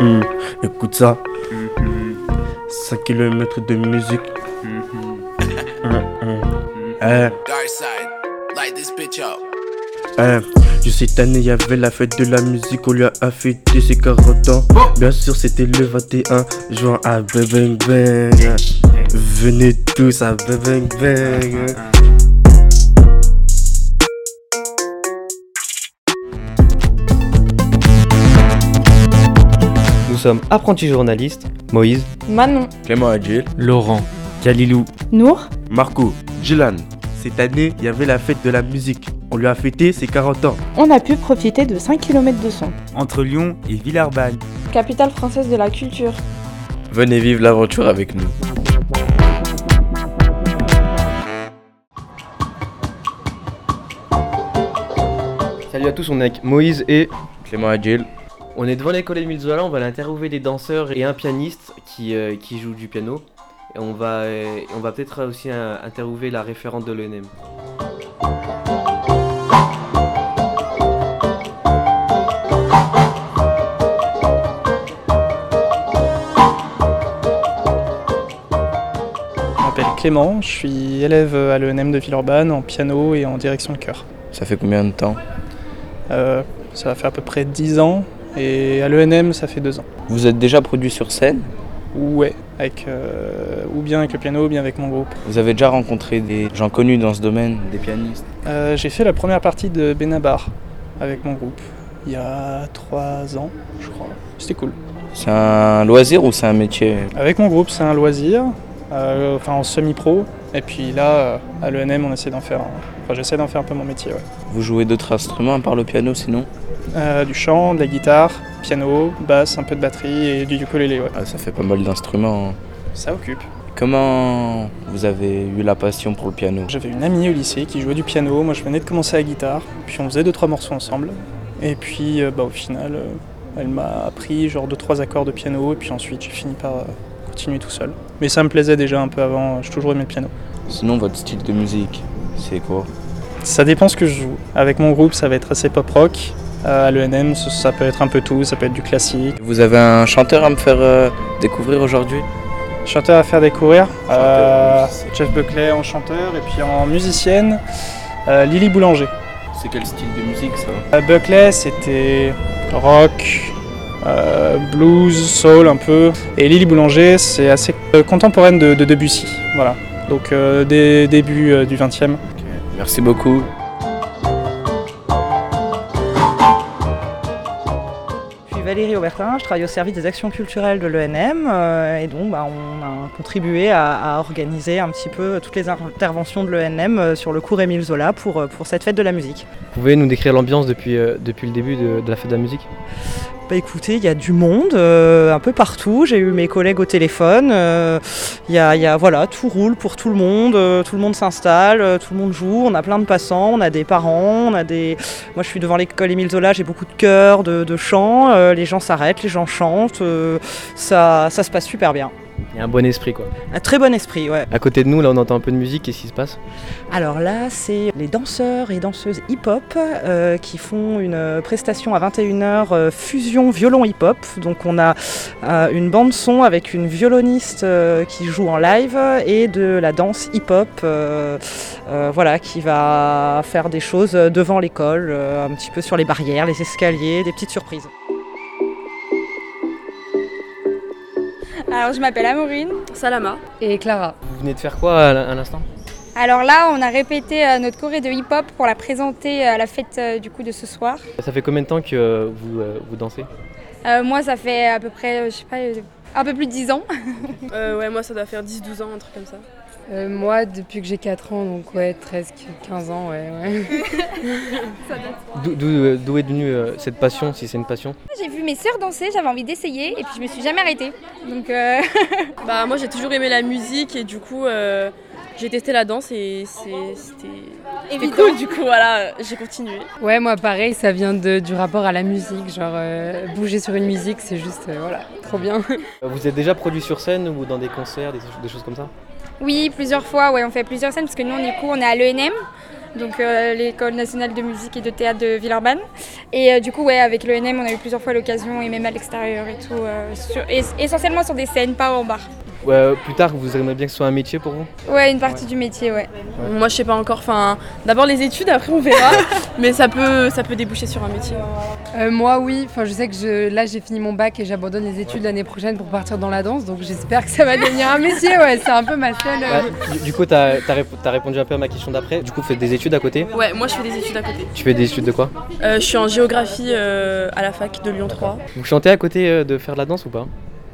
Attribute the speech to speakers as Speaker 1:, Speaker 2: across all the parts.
Speaker 1: Mhm. Écoute ça. 5 km de musique. Mhm. Eh,
Speaker 2: Dark side, light this bitch up.
Speaker 1: eh. Je sais, cette année, y avait la fête de la musique, on lui a affecté ses 40 ans. Bien sûr, c'était le 21 juin à Bang Bang. Venez tous à Bang Bang.
Speaker 3: Nous sommes apprentis journalistes, Moïse,
Speaker 4: Manon,
Speaker 1: Clément Adjil.
Speaker 5: Laurent,
Speaker 3: Kalilou,
Speaker 4: Nour,
Speaker 1: Marco, Gilan. Cette année, il y avait la fête de la musique. On lui a fêté ses 40 ans.
Speaker 4: on a pu profiter de 5 km de son.
Speaker 5: entre Lyon et Villarban.
Speaker 4: Capitale française de la culture.
Speaker 1: Venez vivre l'aventure avec nous.
Speaker 3: Salut à tous, on est avec Moïse et...
Speaker 1: Clément Adjil.
Speaker 3: On est devant l'école Émile Zola, on va aller interviewer des danseurs et un pianiste qui, euh, qui joue du piano. Et on va, euh, et on va peut-être aussi euh, interviewer la référente de l'ENM.
Speaker 6: Je m'appelle Clément, je suis élève à l'ENM de Villeurbanne en piano et en direction de chœur.
Speaker 7: Ça fait combien de temps
Speaker 6: Euh, ça va faire à peu près 10 ans et à l'ENM ça fait 2 ans.
Speaker 7: Vous êtes déjà produit sur scène
Speaker 6: Ouais, avec, euh, ou bien avec le piano ou bien avec mon groupe.
Speaker 7: Vous avez déjà rencontré des gens connus dans ce domaine, des pianistes
Speaker 6: Euh, J'ai fait la première partie de Benabar avec mon groupe il y a 3 ans je crois. C'était cool.
Speaker 7: C'est un loisir ou c'est un métier
Speaker 6: Avec mon groupe c'est un loisir, euh, enfin en semi-pro. Et puis là, euh, à l'ENM, on essaie d'en faire, un- enfin j'essaie d'en faire un peu mon métier. ouais.
Speaker 7: Vous jouez d'autres instruments à part le piano sinon
Speaker 6: Euh, du chant, de la guitare, piano, basse, un peu de batterie et du ukulélé. Ouais.
Speaker 7: Ah, Ça fait pas mal d'instruments. hein.
Speaker 6: Ça occupe.
Speaker 7: Comment vous avez eu la passion pour le piano
Speaker 6: J'avais une amie au lycée qui jouait du piano, moi je venais de commencer la guitare, puis on faisait deux trois morceaux ensemble. Et puis euh, bah, au final, euh, elle m'a appris genre deux trois accords de piano, et puis ensuite j'ai fini par euh, continuer tout seul. Mais ça me plaisait déjà un peu avant, j'ai toujours aimé le piano.
Speaker 7: Sinon votre style de musique, c'est quoi
Speaker 6: Ça dépend ce que je joue. Avec mon groupe, ça va être assez pop rock. Euh, à l'ENM, ça- ça peut être un peu tout, ça peut être du classique.
Speaker 7: Vous avez un chanteur à me faire euh, découvrir aujourd'hui
Speaker 6: Chanteur à faire découvrir.
Speaker 7: Chanteur,
Speaker 6: euh,
Speaker 7: musicien.
Speaker 6: Jeff Buckley en chanteur et puis en musicienne, euh, Lily Boulanger.
Speaker 7: C'est quel style de musique ça
Speaker 6: Euh, Buckley c'était rock, euh, blues, soul un peu. Et Lily Boulanger c'est assez euh, contemporaine de, de Debussy. Voilà. Donc euh, des débuts euh, du 20e.
Speaker 7: Merci beaucoup.
Speaker 8: Je suis Valérie Aubertin, je travaille au service des actions culturelles de l'ENM euh, et donc bah, on a contribué à, à organiser un petit peu toutes les interventions de l'ENM euh, sur le cours Émile Zola pour, euh, pour cette fête de la musique.
Speaker 3: Vous pouvez nous décrire l'ambiance depuis, euh, depuis le début de, de la fête de la musique
Speaker 8: Bah écoutez, il y a du monde euh, un peu partout. J'ai eu mes collègues au téléphone. euh, Il y, a, il y a- voilà, tout roule pour tout le monde. euh, tout le monde s'installe, euh, tout le monde joue. On a plein de passants, on a des parents, on a des. Moi, je suis devant l'école Émile Zola. J'ai beaucoup de chœurs, de, de chants. euh, les gens s'arrêtent, les gens chantent. euh, ça, ça se passe super bien.
Speaker 3: Il y a un bon esprit quoi.
Speaker 8: Un très bon esprit, ouais.
Speaker 3: À côté de nous, là on entend un peu de musique, qu'est-ce qui se passe
Speaker 8: Alors là, c'est les danseurs et danseuses hip-hop euh, qui font une euh, prestation à 21h euh, fusion violon hip-hop. Donc on a euh, une bande son avec une violoniste euh, qui joue en live et de la danse hip-hop euh, euh, voilà, qui va faire des choses devant l'école, euh, un petit peu sur les barrières, les escaliers, des petites surprises.
Speaker 9: Alors je m'appelle Amorine.
Speaker 10: Salama et Clara.
Speaker 3: Vous venez de faire quoi à, l'- à l'instant
Speaker 9: Alors là, on a répété euh, notre choré de hip-hop pour la présenter à la fête euh, du coup de ce soir.
Speaker 3: Ça fait combien de temps que euh, vous, euh, vous dansez
Speaker 9: Euh, moi, ça fait à peu près, euh, je sais pas, euh, un peu plus de 10 ans.
Speaker 10: Euh, ouais, moi ça doit faire 10-12 ans, un truc comme ça.
Speaker 11: Euh, moi, depuis que j'ai 4 ans, donc ouais, 13, 15 ans, ouais.
Speaker 3: D'où- D'où euh, d'où est venue euh, cette passion, si c'est une passion
Speaker 9: J'ai vu mes sœurs danser, j'avais envie d'essayer et puis je me suis jamais arrêtée. Donc euh,
Speaker 10: Bah moi j'ai toujours aimé la musique et du coup euh, j'ai testé la danse et c'est- c'était c'était cool du coup voilà, euh, j'ai continué.
Speaker 11: Ouais, moi, pareil, ça vient de- du rapport à la musique. Genre, euh, bouger sur une musique, c'est juste, euh, voilà, trop bien.
Speaker 3: Euh, Vous êtes déjà produit sur scène ou dans des concerts, des, des choses comme ça
Speaker 9: oui, plusieurs fois, ouais, on fait plusieurs scènes parce que nous, du coup, on est à l'ENM. donc euh, l'école nationale de musique et de théâtre de Villeurbanne. Et euh, du coup, ouais, avec l'ENM, on a eu plusieurs fois l'occasion, et même à l'extérieur et tout, euh, sur- et- essentiellement sur des scènes, pas en bar.
Speaker 3: Ouais, euh, plus tard, vous aimeriez bien que ce soit un métier pour vous
Speaker 9: Ouais, une partie du métier, ouais.
Speaker 10: Moi, je sais pas encore. Enfin, d'abord les études, après on verra. mais ça peut, ça peut déboucher sur un métier.
Speaker 11: Euh, moi, oui. Enfin, je sais que je, là, j'ai fini mon bac et j'abandonne les études l'année prochaine pour partir dans la danse. Donc, j'espère que ça va devenir un métier. Ouais, c'est un peu ma seule. euh,
Speaker 3: Ouais, du, du coup, t'as as, répondu un peu à ma question d'après. Du coup, vous faites des études à côté
Speaker 10: Ouais, moi je fais des études à côté.
Speaker 3: Tu fais des études de quoi
Speaker 10: Euh, je suis en géographie euh, à la fac de Lyon 3.
Speaker 3: Vous chantez à côté euh, de faire de la danse ou pas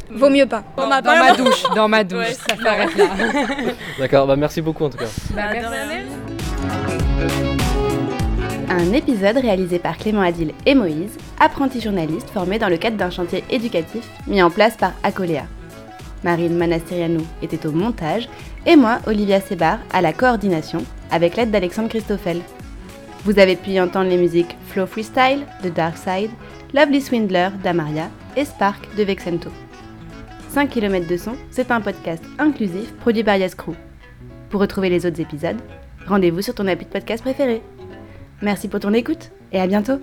Speaker 9: Vaut mieux pas.
Speaker 10: Dans
Speaker 11: dans ma douche, dans ma douche, ça s'arrête là.
Speaker 3: D'accord, bah merci beaucoup en tout cas.
Speaker 11: Bah, merci.
Speaker 12: Un épisode réalisé par Clément Adil et Moïse, apprentis journalistes formés dans le cadre d'un chantier éducatif mis en place par Acolea. Marine Manastirianou était au montage et moi, Olivia Sebar, à la coordination avec l'aide d'Alexandre Christoffel. Vous avez pu y entendre les musiques Flow Freestyle de Dark Side, Lovely Swindler d'Amaria et Spark de Vexento. 5 km de son, c'est un podcast inclusif produit par Yes Crew. Pour retrouver les autres épisodes, rendez-vous sur ton appli de podcast préféré. Merci pour ton écoute et à bientôt.